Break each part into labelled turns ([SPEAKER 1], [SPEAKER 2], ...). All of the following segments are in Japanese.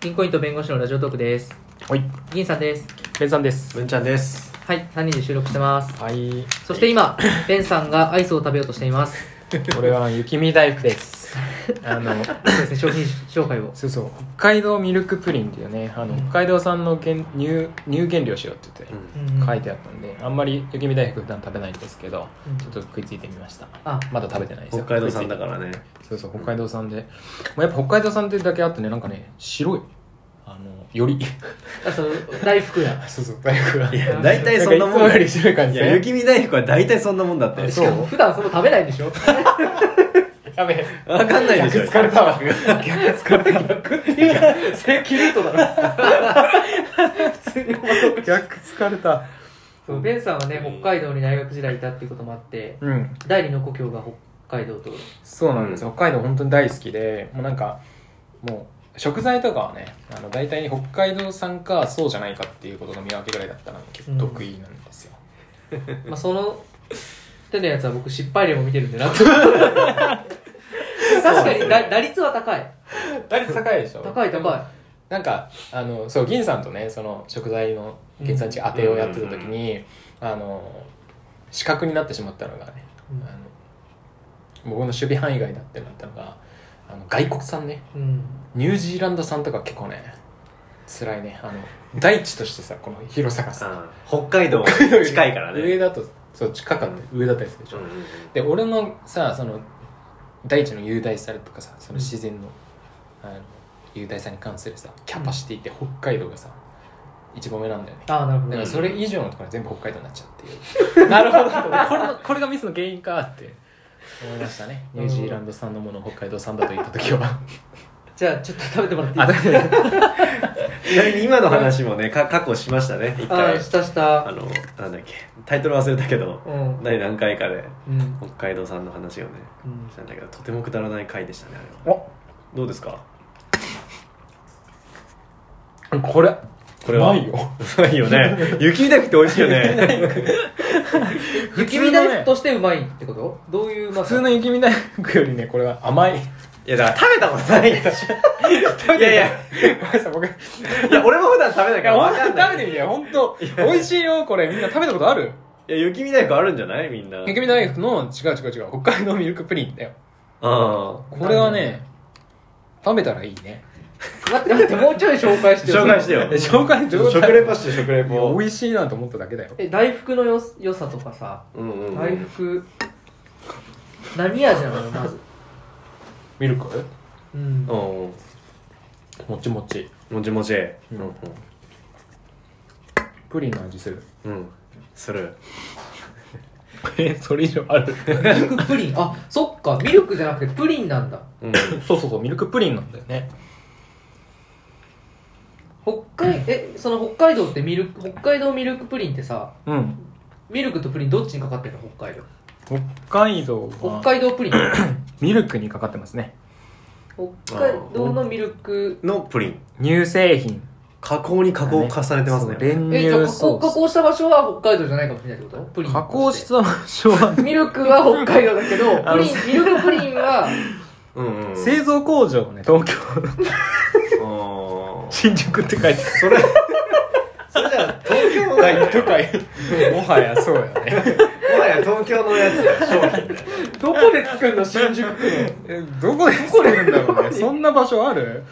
[SPEAKER 1] 銀行員と弁護士のラジオトークです
[SPEAKER 2] はい、
[SPEAKER 1] 銀さんです
[SPEAKER 2] ベンさんです。
[SPEAKER 3] 文ちゃんです。
[SPEAKER 1] はい3人で収録してます
[SPEAKER 2] はい、
[SPEAKER 1] そして今ベンさんがアイスを食べようとしています
[SPEAKER 2] これは雪見大福 です。あの、
[SPEAKER 1] そうですね商品紹介を
[SPEAKER 2] そうそう、北海道ミルクプリンっていうね、あの北海道産の原乳乳原料しようって言って。書いてあったんで、あんまり雪見大福普段食べないんですけど、
[SPEAKER 1] うん
[SPEAKER 2] ちょっと食いついてみました。
[SPEAKER 1] あ
[SPEAKER 2] まだ食べてないです
[SPEAKER 3] 北
[SPEAKER 2] よ。
[SPEAKER 3] 海道産だからね。
[SPEAKER 2] そうそう、北海道産で。まあ、やっぱ北海道産ってだけあってね、なんかね、白い。あの、よ り。
[SPEAKER 1] あその大福や
[SPEAKER 2] そうそう、大福が。
[SPEAKER 3] い
[SPEAKER 2] い
[SPEAKER 3] や、 大体そんなもん
[SPEAKER 2] いつも
[SPEAKER 3] だ
[SPEAKER 2] よ
[SPEAKER 3] よ。
[SPEAKER 2] り白い感
[SPEAKER 3] い
[SPEAKER 2] じ
[SPEAKER 3] や、
[SPEAKER 2] で。
[SPEAKER 3] 雪見大福は大体そんなもんだって。
[SPEAKER 2] そう
[SPEAKER 1] 普段その食べないんで しょ
[SPEAKER 2] やべえ。
[SPEAKER 3] わかんないでしょ。
[SPEAKER 2] 疲れた わ。逆疲れた。逆っていうか、それキルトだな。
[SPEAKER 1] 普通に思う
[SPEAKER 2] 逆疲れた。
[SPEAKER 1] そうベンさんはね北海道に大学時代いたっていうこともあって
[SPEAKER 2] うん。
[SPEAKER 1] 第二の故郷が北海道と
[SPEAKER 2] そうなんですよ。北海道本当に大好きで、もうなんか、もう、食材とかはね、あの、大体北海道産かそうじゃないかっていうことの見分けぐらいだったら結構得意なんですよ。
[SPEAKER 1] まあその手のやつは僕失敗例も見てるんで なと 確かにだ打率は高い
[SPEAKER 2] 打率高いでしょ
[SPEAKER 1] 高い高い
[SPEAKER 2] なんかあのそう銀さんとねその食材の原産地当てをやってた時に、あの視覚になってしまったのがね、
[SPEAKER 1] うん
[SPEAKER 2] あの僕の守備範囲外だってなったのがあの外国産ね
[SPEAKER 1] うん
[SPEAKER 2] ニュージーランド産とか結構ね辛いねあの大地としてさこの広さがさ
[SPEAKER 3] うん北海道近いからね。
[SPEAKER 2] 上だとそう近かった、上だったりするでしょ、
[SPEAKER 3] うんうんうん
[SPEAKER 2] で俺のさその大地の雄大さとかさその自然の,、あの雄大さに関するさキャパシティって北海道がさ一番目なんだよね
[SPEAKER 1] ああなるほど
[SPEAKER 2] だか
[SPEAKER 1] ね
[SPEAKER 2] らそれ以上のところは全部北海道になっちゃう っていうなるほどこれのこれがミスの原因かって思いましたねニュージーランド産のものを北海道産だと言った時は
[SPEAKER 1] じゃあちょっと食べてもらっていい
[SPEAKER 2] あ
[SPEAKER 1] で
[SPEAKER 2] だ
[SPEAKER 1] すか
[SPEAKER 2] から
[SPEAKER 3] ちなみに今の話もね、か過去しましたね。一
[SPEAKER 1] あ
[SPEAKER 3] 回
[SPEAKER 1] ー。したし
[SPEAKER 3] あ
[SPEAKER 1] た
[SPEAKER 3] の、なんだっけ。タイトル忘れたけど、
[SPEAKER 1] うん
[SPEAKER 3] 第何回かで
[SPEAKER 1] うん
[SPEAKER 3] 北海道産の話をね、
[SPEAKER 1] うん
[SPEAKER 3] したんだけど、とてもくだらない回でしたね、あれは。
[SPEAKER 2] お
[SPEAKER 3] どうですか
[SPEAKER 2] これ
[SPEAKER 3] これは。
[SPEAKER 2] うまいよ。
[SPEAKER 3] うまいよ ね。雪見大福って美味しいよ ね。
[SPEAKER 1] 雪見大福としてうまいってことどういううま
[SPEAKER 2] 普通
[SPEAKER 1] さ
[SPEAKER 2] の雪見大福よりねこれは甘い
[SPEAKER 3] いや、だから食べたことないでしょ。いやいや。
[SPEAKER 2] ごめんなさい僕
[SPEAKER 3] いや、俺も普段食べない
[SPEAKER 2] いや、
[SPEAKER 3] から
[SPEAKER 2] ほん
[SPEAKER 3] 分
[SPEAKER 2] と
[SPEAKER 3] かんな
[SPEAKER 2] 食
[SPEAKER 3] い。
[SPEAKER 2] べてみてよ、ほんと。美味しいよ、これ。みんな食べたことある
[SPEAKER 3] いや、雪見大福あるんじゃないみんな。
[SPEAKER 2] 雪見大福の、違う違う違う、北海道ミルクプリンだよ。
[SPEAKER 3] あ
[SPEAKER 2] これはね、食べたらいいね。
[SPEAKER 1] 待って待ってもうちょい紹介してよ
[SPEAKER 3] 紹介してよ
[SPEAKER 2] え紹介
[SPEAKER 3] あ。食レポして、食レ
[SPEAKER 2] も
[SPEAKER 3] ポ。
[SPEAKER 2] 美味しいなと思っただけだよ。
[SPEAKER 1] え大福のよ良さとかさ
[SPEAKER 3] うんうんうん。
[SPEAKER 1] 大福何味なのよまず
[SPEAKER 2] ミルク
[SPEAKER 1] うん
[SPEAKER 3] うんうん。
[SPEAKER 2] もちもち。
[SPEAKER 3] もちもち。うんん
[SPEAKER 2] プリンの味する。
[SPEAKER 3] うん。うん。する。
[SPEAKER 2] え、それ以上ある
[SPEAKER 1] ミルクプリンあそっかミルクじゃなくてプリンなんだ
[SPEAKER 3] うん。
[SPEAKER 2] そうそうそう、ミルクプリンなんだよね。
[SPEAKER 1] 北海えその北海道ってミルク北海道ミルクプリンってさ
[SPEAKER 2] うん。
[SPEAKER 1] ミルクとプリンどっちにかかってるの北海道
[SPEAKER 2] 北海道
[SPEAKER 1] 北
[SPEAKER 2] は、
[SPEAKER 1] 海道プリン
[SPEAKER 2] ミルクにかかってますね。
[SPEAKER 1] 北海道のミルク
[SPEAKER 3] のプリン。
[SPEAKER 2] 乳製品。
[SPEAKER 3] 加工に加工を重ねてます
[SPEAKER 2] そう
[SPEAKER 3] ね。
[SPEAKER 2] 練
[SPEAKER 1] えじゃあ
[SPEAKER 2] 乳
[SPEAKER 1] 加
[SPEAKER 2] ソ
[SPEAKER 1] 工加
[SPEAKER 2] ー
[SPEAKER 1] 工した場所は北海道じゃないかもしれないってことプリ
[SPEAKER 2] ス。
[SPEAKER 1] ン
[SPEAKER 2] 加工
[SPEAKER 1] と
[SPEAKER 2] し
[SPEAKER 1] して
[SPEAKER 2] た場所は、
[SPEAKER 1] ミルクは北海道だけど
[SPEAKER 2] あ
[SPEAKER 1] プ
[SPEAKER 2] の
[SPEAKER 1] リンミルクプリン は
[SPEAKER 3] うんうんうん。
[SPEAKER 2] 製造工場をね、東京の
[SPEAKER 3] あー
[SPEAKER 2] 新宿って書いてある。
[SPEAKER 3] それ、それじゃあ東京の、
[SPEAKER 2] 大都会 もはやそうやね
[SPEAKER 3] もはや東京のやつだよ商品だよね。
[SPEAKER 1] どこで作るの新宿区の
[SPEAKER 2] えどこで作るんだろうねそんな場所ある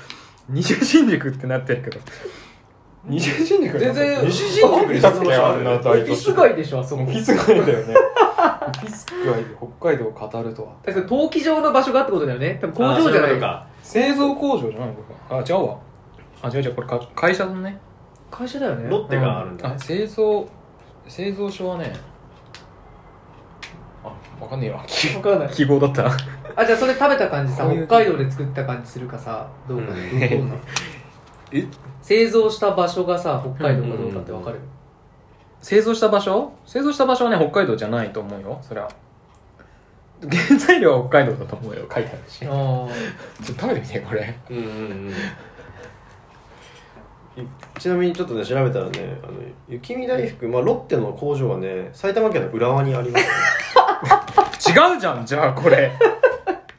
[SPEAKER 2] 二重新宿ってなってるけど二重新宿
[SPEAKER 1] 全然
[SPEAKER 3] 西新宿にその場所ある
[SPEAKER 1] オフィス街でしょあそ こ
[SPEAKER 2] オフィス街だよねオフィス街で北海道を語るとは
[SPEAKER 1] だから陶器場の場所がってことだよね多分工
[SPEAKER 3] あー
[SPEAKER 1] 場じゃない
[SPEAKER 3] そううことか。
[SPEAKER 2] 製造工場じゃないのかあ違うわあ違う違うこれか会社のね
[SPEAKER 1] 会社だよね
[SPEAKER 3] ロッテがあるんだね
[SPEAKER 2] あ。製造製造所はねあわかんね えわ
[SPEAKER 1] 分かんない
[SPEAKER 2] 希望だった
[SPEAKER 1] あじゃあそれ食べた感じさ
[SPEAKER 2] こういう
[SPEAKER 1] 北海道で作った感じするかさどうか
[SPEAKER 3] うん
[SPEAKER 1] どうなの
[SPEAKER 2] え
[SPEAKER 1] 製造した場所がさ北海道かどうかって分かる、
[SPEAKER 2] 製造した場所製造した場所はね北海道じゃないと思うよそれは原材料は北海道だと思うよ書いてあるしちょっ
[SPEAKER 1] あ
[SPEAKER 2] と食べてみてこれ
[SPEAKER 3] うんうんうんちなみにちょっとね調べたらねあの雪見大福、まあ、ロッテの工場はね埼玉県の浦和にあります、
[SPEAKER 2] 違うじゃんじゃあこれ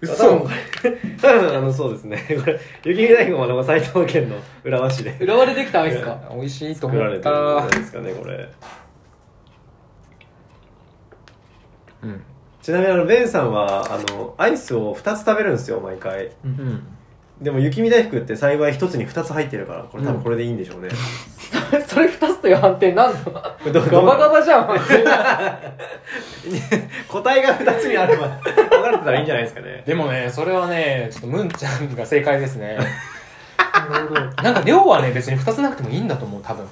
[SPEAKER 3] 多分これ多 分あのそうですね これ雪見大福もあの埼玉県の浦和市で
[SPEAKER 1] 浦和でできたアイスか。
[SPEAKER 2] 美味しいと
[SPEAKER 3] 作
[SPEAKER 2] 思
[SPEAKER 3] られ
[SPEAKER 2] って
[SPEAKER 3] るんじゃ
[SPEAKER 2] た
[SPEAKER 3] ないですかねこれ
[SPEAKER 2] うん
[SPEAKER 3] ちなみにあのベンさんはあのアイスを2つ食べるんですよ毎回
[SPEAKER 2] うん
[SPEAKER 3] でも雪見大福って幸い1つに2つ入ってるからこれ多分これでいいんでしょうね、
[SPEAKER 1] それ二つという判定なんのガ
[SPEAKER 3] これどうど う
[SPEAKER 1] バガバ じゃん。
[SPEAKER 3] 答えが2つにあ れば分かれてたらいいんじゃないですかね
[SPEAKER 2] でもねそれはねちょっとムンちゃんが正解ですね
[SPEAKER 1] なるほど。
[SPEAKER 2] なんか量はね別に2つなくてもいいんだと思う多分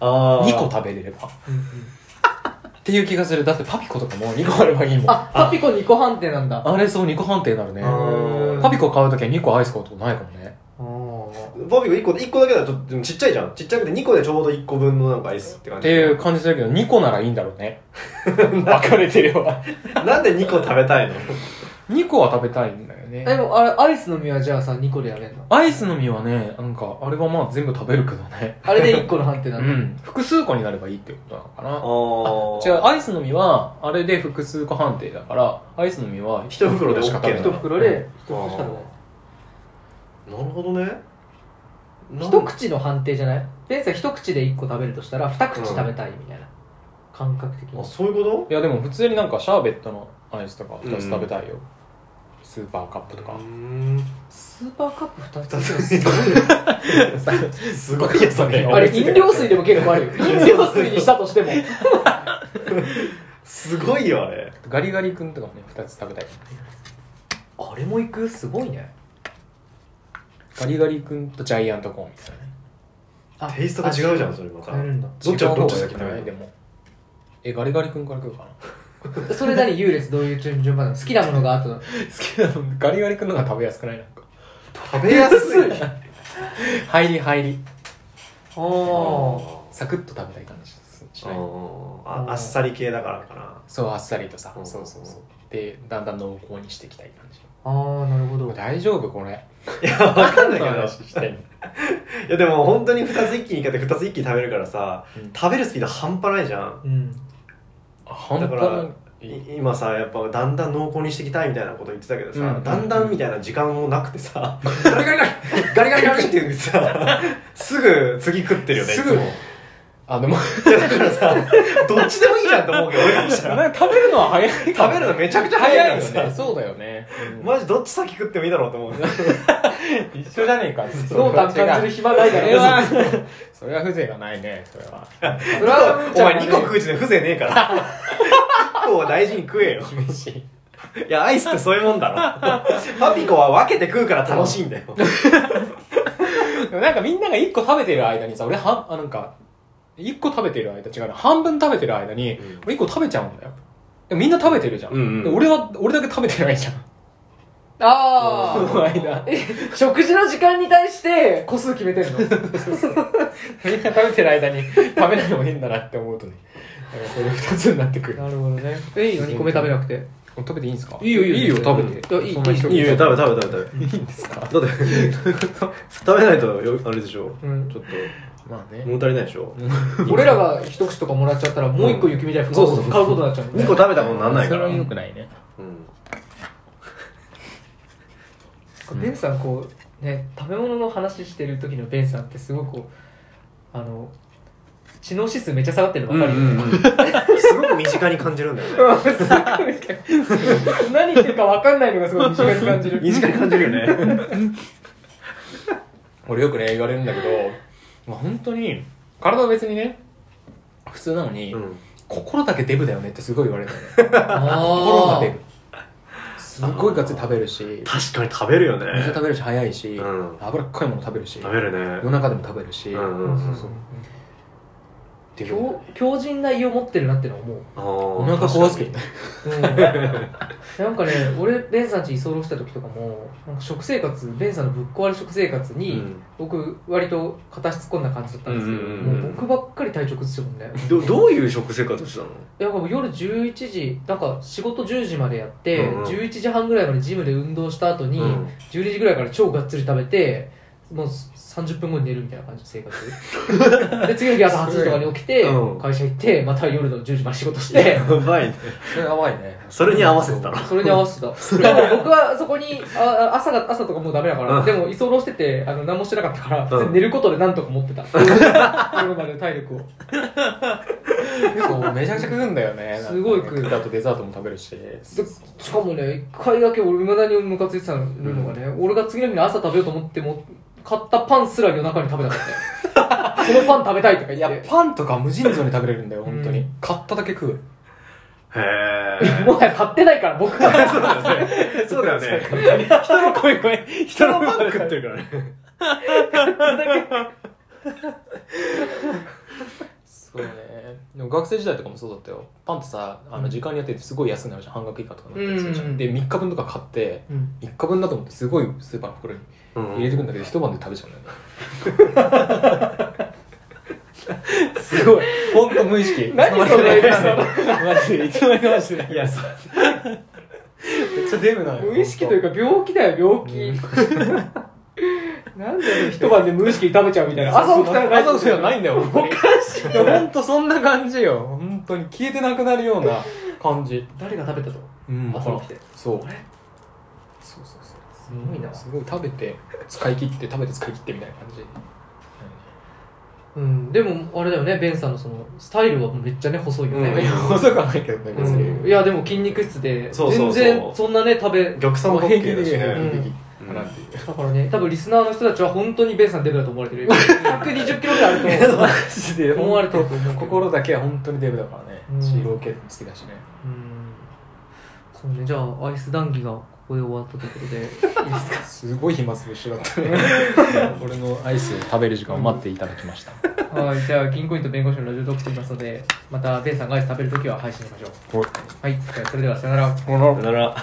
[SPEAKER 3] あ
[SPEAKER 2] 2個食べれればっ
[SPEAKER 1] うんうん
[SPEAKER 2] ていう気がするだってパピコとかも2個あればいいもんあ
[SPEAKER 1] あ、パピコ二個判定なんだ。
[SPEAKER 2] れそう2個判定になるね
[SPEAKER 3] うん
[SPEAKER 2] パピコ買うときは2個アイス買うことないかもね
[SPEAKER 1] あー
[SPEAKER 3] バービー1個で1個だけだとでもちっちゃいじゃんちっちゃくて2個でちょうど1個分のなんかアイスって感
[SPEAKER 2] っ
[SPEAKER 3] じ
[SPEAKER 2] ていう感じするけど2個ならいいんだろうね 分かれてるわ
[SPEAKER 3] なんで2個食べたいの
[SPEAKER 2] 2個は食べたいんだよね
[SPEAKER 1] えでも、あれ、アイスの実はじゃあさ、二個でやれんの
[SPEAKER 2] アイスの実はねなんかあれはまあ全部食べるけどね
[SPEAKER 1] あれで一個の判定な
[SPEAKER 2] うん
[SPEAKER 1] だ。
[SPEAKER 2] ん複数個になればいいってことなのかな
[SPEAKER 3] あ
[SPEAKER 2] 違うアイスの実はあれで複数個判定だからアイスの実は
[SPEAKER 3] 一袋で
[SPEAKER 2] 一
[SPEAKER 3] OK
[SPEAKER 1] 一袋で、一口食べない。
[SPEAKER 3] なるほどねなん
[SPEAKER 1] 一口の判定じゃないベンさん一口で一個食べるとしたら、二口食べたいみたいな。感覚的
[SPEAKER 3] あ
[SPEAKER 1] に。
[SPEAKER 3] そういうこ
[SPEAKER 2] いやでも普通になんかシャーベットのアイスとか2つ食べたいよ、スーパーカップ
[SPEAKER 3] と
[SPEAKER 2] とか
[SPEAKER 3] うーん
[SPEAKER 1] スーパーカップ二つ
[SPEAKER 3] 二つ
[SPEAKER 1] す ごいよ。
[SPEAKER 3] すごいやつね
[SPEAKER 1] あれ、飲料水でも結構あ るよ。飲料水にしたとしても。
[SPEAKER 3] すごいよあれ
[SPEAKER 2] ガリガリ君とかもね2つ食べたい
[SPEAKER 1] あれも行くすごいね。
[SPEAKER 2] ガリガリ君とジャイアントコーンみたいなね
[SPEAKER 1] あ
[SPEAKER 3] テイストが違うじゃん
[SPEAKER 1] あ
[SPEAKER 3] それまた
[SPEAKER 1] 変えるんだ。
[SPEAKER 3] どっちがどっち
[SPEAKER 2] 違
[SPEAKER 3] だ
[SPEAKER 2] う
[SPEAKER 3] っけ
[SPEAKER 2] 方が良くないでもえガリガリ君から食うかな好
[SPEAKER 1] それなり優劣どういう順番なの好きなものがあとの
[SPEAKER 2] きなのガリガリ君の方が食べやすくないなんか
[SPEAKER 3] 食べやす い
[SPEAKER 2] 入り入り
[SPEAKER 1] あ
[SPEAKER 2] サクッと食べたい感じですしない
[SPEAKER 3] ああっさり系だからかな
[SPEAKER 2] そうあっさりとさ
[SPEAKER 3] うん
[SPEAKER 2] そうそうそうでだんだん濃厚にしていきたい感じ
[SPEAKER 1] あーなるほど
[SPEAKER 2] 大丈夫これ
[SPEAKER 3] いやわかんないけど
[SPEAKER 2] 話してんの
[SPEAKER 3] いやでも本当に2つ一気にいかって2つ一気に食べるからさ
[SPEAKER 2] うん
[SPEAKER 3] 食べるスピード半端ないじゃん
[SPEAKER 1] うん
[SPEAKER 2] 半
[SPEAKER 3] だ
[SPEAKER 2] 端
[SPEAKER 3] から
[SPEAKER 2] ない
[SPEAKER 3] い今さやっぱだんだん濃厚にしていきたいみたいなこと言ってたけどさ、
[SPEAKER 2] うん
[SPEAKER 3] だんだんみたいな時間もなくてさ、ガリガリガリガリガリガリって言ってさすぐ次食ってるよねいつ
[SPEAKER 2] す
[SPEAKER 3] も
[SPEAKER 2] ぐあでも
[SPEAKER 3] いやだからさ どっちでもいいじゃんと思うけど俺からしたら
[SPEAKER 2] なんか食べるのは早いか
[SPEAKER 3] 食
[SPEAKER 2] も
[SPEAKER 3] べるのめちゃくちゃ早い
[SPEAKER 2] 早いよ
[SPEAKER 3] から
[SPEAKER 2] ね
[SPEAKER 3] さ
[SPEAKER 2] そうだよね
[SPEAKER 3] マジどっち先食ってもいいだろうと思う
[SPEAKER 2] 一緒じゃねえか
[SPEAKER 1] そうだ感じる
[SPEAKER 2] 違う
[SPEAKER 1] 暇ない
[SPEAKER 2] そ
[SPEAKER 1] だ
[SPEAKER 2] れ
[SPEAKER 1] ろ
[SPEAKER 2] は それは風情がないねそれは
[SPEAKER 1] それはむー
[SPEAKER 3] お
[SPEAKER 1] ちゃん
[SPEAKER 3] 前
[SPEAKER 1] がね
[SPEAKER 3] 2個食ううちで風情ねえから1個は大事に食えよ
[SPEAKER 2] 厳しい
[SPEAKER 3] いやアイスってそういうもんだろパピコは分けて食うから楽しいんだよ
[SPEAKER 2] でもなんかみんなが1個食べてる間にさ俺はあなんか1個食べてる間違うな半分食べてる間に
[SPEAKER 3] うん
[SPEAKER 2] 俺1個食べちゃうんだよでもみんな食べてるじゃん、
[SPEAKER 3] うんうん
[SPEAKER 2] で俺は俺だけ食べてないじゃん
[SPEAKER 1] あ
[SPEAKER 2] この
[SPEAKER 1] あ
[SPEAKER 2] 間
[SPEAKER 1] え食事の時間に対して個数決めてんの
[SPEAKER 2] みんな食べてる間に食べないのもいいんだなって思うとねなんかそれ2つになってくる
[SPEAKER 1] なるほどねえいいよ2個目食べなくて
[SPEAKER 2] 食べていいんですか
[SPEAKER 1] いいよいいよ
[SPEAKER 2] いいよ食べて
[SPEAKER 1] うんいやいい
[SPEAKER 2] そんな人
[SPEAKER 1] いい
[SPEAKER 2] い
[SPEAKER 3] べ食べ食べ食
[SPEAKER 2] いんですか
[SPEAKER 3] べだって食べないとよあれでしょ
[SPEAKER 1] うん
[SPEAKER 3] ちょっ
[SPEAKER 2] まあ
[SPEAKER 3] と
[SPEAKER 2] ね
[SPEAKER 3] 物足りないでしょ
[SPEAKER 1] 俺らが一口とかもらっちゃったらもう一個雪見大福買う
[SPEAKER 3] そう
[SPEAKER 1] こ
[SPEAKER 3] そうそう
[SPEAKER 1] と買うことになっちゃうもんね
[SPEAKER 3] 2個食べたことなんないから
[SPEAKER 2] それは
[SPEAKER 3] う
[SPEAKER 2] 良
[SPEAKER 3] ん
[SPEAKER 2] くないね
[SPEAKER 1] ベンさんこうね食べ物の話してる時のベンさんってすごくこうあの知能指数めっちゃ下がってるの分かるよ ね、
[SPEAKER 3] すごく身近に感じるんだよね
[SPEAKER 1] 何言ってるか分かんないのがすごい短く感じる
[SPEAKER 3] 身近に感じるよね
[SPEAKER 2] 俺よくね言われるんだけど、まあ、本当に体は別にね普通なのに、
[SPEAKER 3] うん
[SPEAKER 2] 心だけデブだよねってすごい言われるのね心が
[SPEAKER 1] あ
[SPEAKER 2] デブすごいガッツリ食べるし
[SPEAKER 3] 確かに食べるよね
[SPEAKER 2] 水食べるし早いし、
[SPEAKER 3] うん
[SPEAKER 2] 脂っこいもの食べるし
[SPEAKER 3] 食べる
[SPEAKER 2] 夜
[SPEAKER 3] ね
[SPEAKER 2] 中でも食べるし、
[SPEAKER 3] うんうんうん
[SPEAKER 2] そうそうっていう
[SPEAKER 1] 強強靭な胃を持ってるなってのは思う、
[SPEAKER 3] あー
[SPEAKER 2] お腹壊すけどね
[SPEAKER 1] なんかね俺ベンさん家居候した時とかもなんか食生活ベンさんのぶっ壊れ食生活
[SPEAKER 3] う
[SPEAKER 1] に、
[SPEAKER 3] ん
[SPEAKER 1] 僕割と片足突っ込んだ感じだったんですけど、
[SPEAKER 3] うんうんうん
[SPEAKER 1] もう僕ばっかり体調崩してたもんね
[SPEAKER 3] ど どういう食生活してたの
[SPEAKER 1] いやもう夜11時なんか仕事10時までやって、
[SPEAKER 3] うんうん
[SPEAKER 1] 11時半ぐらいまでジムで運動した後に、
[SPEAKER 3] うん
[SPEAKER 1] 12時ぐらいから超がっつり食べてもう30分後に寝るみたいな感じの生活 で次の日朝8時とかに起きて、
[SPEAKER 3] うん
[SPEAKER 1] 会社行ってまた夜の10時まで仕事して
[SPEAKER 3] やばいね
[SPEAKER 2] それやばいね
[SPEAKER 3] それに合わせてたの
[SPEAKER 1] それに合わせてたしかも僕はそこにあ朝が朝とかもうダメだから、
[SPEAKER 3] うん
[SPEAKER 1] でも居候しててあの何もしてなかったから、
[SPEAKER 3] うん
[SPEAKER 1] 寝ることでなんとか持ってた夜まで体力を
[SPEAKER 2] そうめちゃくちゃ食うんだよねなんかね
[SPEAKER 1] すごい食う
[SPEAKER 2] 食った後デザートも食べるし
[SPEAKER 1] でしかもね一回だけ俺未だにムカついてたのがね、俺が次の日の朝食べようと思っても買ったパンすら夜中に食べたからねそのパン食べたいとか
[SPEAKER 2] い
[SPEAKER 1] 言
[SPEAKER 2] や
[SPEAKER 1] って
[SPEAKER 2] パンとか無尽蔵に食べれるんだよ本当に、
[SPEAKER 1] うん
[SPEAKER 2] 買っただけ食う
[SPEAKER 3] へ
[SPEAKER 1] もはや買ってないから僕が
[SPEAKER 3] え そうだよ ね人の声声人のパン食ってるからね
[SPEAKER 2] そうねでも学生時代とかもそうだったよパンってさあ
[SPEAKER 1] う
[SPEAKER 2] の
[SPEAKER 1] ん
[SPEAKER 2] 時間によってすごい安くなるじゃん半額以下とかなったりするじゃん、
[SPEAKER 1] うんうん
[SPEAKER 2] で3日分とか買って
[SPEAKER 1] うん
[SPEAKER 2] 3日分だと思ってすごいスーパーの袋に
[SPEAKER 3] うん
[SPEAKER 2] 入れてくんだけど、一晩で食べちゃうんだよねすごい本当無意識
[SPEAKER 1] 何そのエピソード
[SPEAKER 2] マジでいつの間にかマジで
[SPEAKER 3] いやそう
[SPEAKER 2] めっちゃデブなのよ
[SPEAKER 1] 無意識というか病気だよ病気、 なんで一晩で無意識に食べちゃうみたいな朝
[SPEAKER 2] 朝
[SPEAKER 1] 起
[SPEAKER 2] 起
[SPEAKER 1] き
[SPEAKER 2] き
[SPEAKER 1] た
[SPEAKER 2] た
[SPEAKER 1] ら
[SPEAKER 2] ら朝起きたらないんだよ
[SPEAKER 1] おかしいよ
[SPEAKER 2] ほんとそんな感じよ本当に消えてなくなるような感じ
[SPEAKER 1] 誰が食べたと
[SPEAKER 2] うん
[SPEAKER 1] 朝起きて
[SPEAKER 2] そう
[SPEAKER 1] そうそうそうす
[SPEAKER 2] す
[SPEAKER 1] ごいな
[SPEAKER 2] すごい食べて使い切って食べて使い切ってみたいな感じ
[SPEAKER 1] うんでもあれだよねベンさんのそのスタイルはめっちゃね細いよね、
[SPEAKER 3] うん
[SPEAKER 2] いや細くはないけどね別に、
[SPEAKER 1] うんいやでも筋肉質で
[SPEAKER 3] そうそうそう
[SPEAKER 1] 全然そんなね食べ
[SPEAKER 3] 玉三角
[SPEAKER 2] 平
[SPEAKER 3] 形
[SPEAKER 2] 均
[SPEAKER 3] だ
[SPEAKER 2] 的
[SPEAKER 3] し
[SPEAKER 2] に
[SPEAKER 3] ね
[SPEAKER 2] は平均
[SPEAKER 3] うん
[SPEAKER 2] 的かなっていう、
[SPEAKER 1] だからね多分リスナーの人たちは本当にベンさんデブだと思われて る120キロぐらいあると思う
[SPEAKER 2] マジで
[SPEAKER 1] 思われてると思うけど
[SPEAKER 2] 心だけは本当にデブだからね
[SPEAKER 1] うん
[SPEAKER 2] 二郎系も好きだしね
[SPEAKER 1] うんそうねじゃあアイス談義がここで終わったということでいいですか
[SPEAKER 2] すごい暇つぶしだったね 俺のアイスを食べる時間を待っていただきました、
[SPEAKER 1] はい、じゃあ、銀行員と弁護士のラジオトークしていますので、また、ベンさんがアイス食べるときは配信しましょう。
[SPEAKER 2] こ
[SPEAKER 1] はい、じゃあそれではさよなら。
[SPEAKER 2] の
[SPEAKER 3] なら